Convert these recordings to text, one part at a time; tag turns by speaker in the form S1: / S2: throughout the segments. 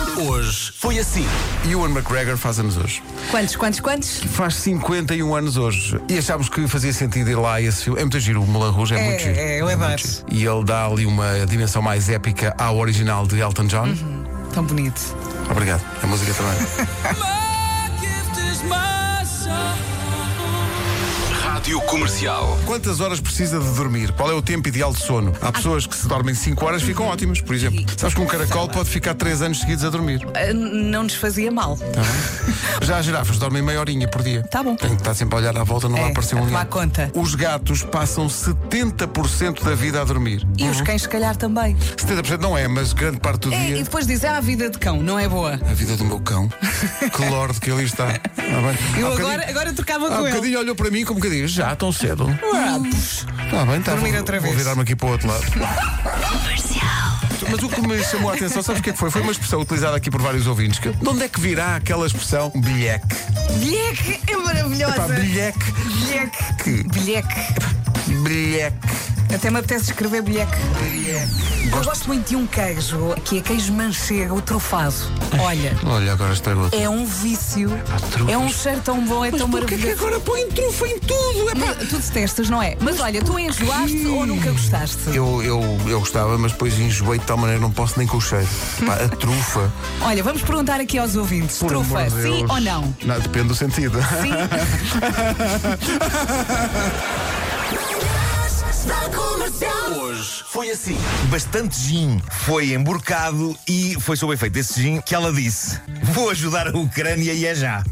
S1: anos foi assim.
S2: Ewan McGregor faz anos hoje.
S3: Quantos, quantos, quantos?
S2: Faz 51 anos hoje. E achámos que fazia sentido ir lá a esse filme. É muito giro, o Moulin Rouge é, muito giro.
S4: é, ele é
S2: muito
S4: barato.
S2: giro. E ele dá ali uma dimensão mais épica ao original de Elton John.
S4: Uhum. Tão bonito.
S2: Obrigado. A música também.
S1: Rádio Comercial.
S2: Quantas horas precisa de dormir? Qual é o tempo ideal de sono? Há pessoas que se dormem 5 horas e
S4: Uhum.
S2: ficam ótimas, por exemplo. Sabes que um caracol pode ficar 3 anos seguidos a dormir. tá
S4: Ah, n- Não nos fazia mal.
S2: Então Já as girafas dormem meia horinha por dia.
S4: Tá bom.
S2: Tem que estar sempre a olhar à volta, não vai
S4: É,
S2: aparecer um
S4: a tomar
S2: leão.
S4: conta.
S2: Os gatos passam 70% da vida a dormir.
S4: E os cães, se calhar, também.
S2: 70% não é, mas grande parte do
S4: É,
S2: dia.
S4: e depois dizem, ah, a vida de cão não é boa.
S2: A vida do meu cão. que lorde que ali está. Está bem?
S4: Eu
S2: Há um bocadinho-
S4: agora, agora trocava
S2: Há um
S4: com ele.
S2: bocadinho olhou para mim como que diz, já tão cedo.
S4: Ah,
S2: Está bem, está.
S4: Dormir
S2: vou-
S4: outra
S2: Vou
S4: vez.
S2: virar-me aqui para o outro lado. Mas o que me chamou a atenção, sabes o que é que foi? Foi uma expressão utilizada aqui por vários ouvintes. que- de onde é que virá aquela expressão Ah, bilheque?
S4: Bilheque é
S2: Pá,
S4: maravilhosa.
S2: bilheque,
S4: Bilheque.
S2: Que-
S4: Bilheque.
S2: bilheque.
S4: Até me apetece escrever bilheque. Eu gosto muito de um queijo, que é queijo manchego trufado. Olha,
S2: Olha, agora estragou.
S4: é um vício.
S2: trufas.
S4: É um cheiro tão bom, é tão maravilhoso.
S2: agora põe trufa em tudo?
S4: Não, Tu detestas, não é? Mas olha, tu enjoaste ou nunca gostaste?
S2: Eu, eu, eu gostava, mas depois enjoei de tal maneira não posso nem com o cheiro. Pá, a trufa.
S4: Olha, vamos perguntar aqui aos ouvintes:
S2: por amor
S4: trufa,
S2: de
S4: sim
S2: Deus.
S4: ou não?
S2: Não, depende do sentido.
S4: Sim.
S1: Hoje foi assim.
S5: Bastante gin foi emborcado e foi sob o efeito desse gin que ela disse: Vou ajudar a Ucrânia e é já.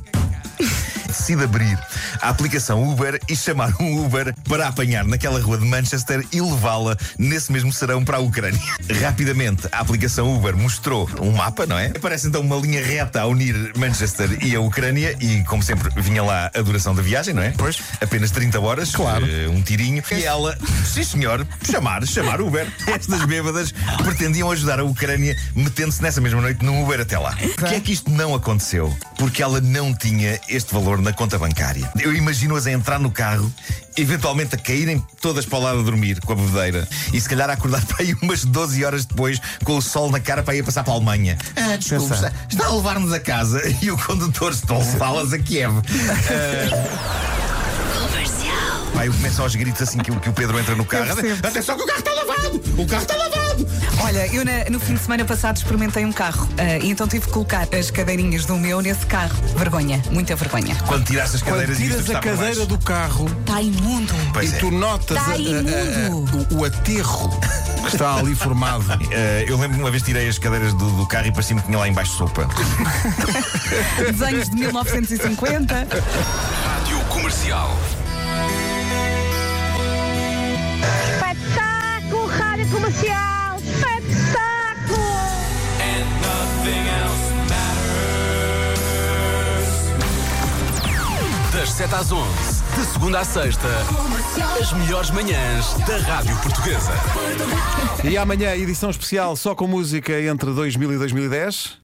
S5: Decide abrir a aplicação Uber e chamar um Uber para apanhar naquela rua de Manchester e levá-la nesse mesmo serão para a Ucrânia. Rapidamente, a aplicação Uber mostrou um mapa, não é? Aparece então uma linha reta a unir Manchester e a Ucrânia e, como sempre, vinha lá a duração da viagem, não é?
S2: Pois.
S5: Apenas 30 horas, claro. um tirinho. E ela, sim senhor, chamar, chamar Uber. Estas bêbadas pretendiam ajudar a Ucrânia metendo-se nessa mesma noite num Uber até lá. Por que é que isto não aconteceu? Porque ela não tinha este valor na conta bancária. Eu imagino-as a entrar no carro, eventualmente a caírem todas para o lado a dormir com a bebedeira e se calhar a acordar para aí umas 12 horas depois com o sol na cara para ir passar para a Alemanha. Ah, desculpe,
S2: Pensa.
S5: está, está a levar-nos a casa e o condutor está a levá-las a Kiev. Pai, começam aos gritos assim que, o- que o Pedro entra no carro.
S4: percebo.
S5: Atenção que o carro está lavado! O carro está lavado!
S4: Olha, eu na- no fim de semana passado experimentei um carro ah, e então tive que colocar as cadeirinhas do meu nesse carro. Vergonha, muita vergonha.
S5: Quando tiraste as
S2: Quando
S5: cadeiras e
S2: tiras
S5: viste o
S2: a
S5: que está por
S2: cadeira
S5: baixo.
S2: do carro
S4: Está imundo.
S5: Pois
S2: e
S5: é.
S2: tu notas
S4: Tá
S2: a- a- a-
S4: imundo.
S2: o, o aterro que está ali formado.
S5: Eh, eu lembro-me uma vez tirei as cadeiras do, do carro e parecia-me que tinha lá embaixo sopa.
S4: Desenhos de 1950.
S1: Rádio Comercial.
S6: Espetáculo, rádio comercial, espetáculo!
S1: Das 7 às 11, de segunda à sexta, as melhores manhãs da Rádio Portuguesa.
S2: E amanhã, edição especial só com música entre 2000 e 2010.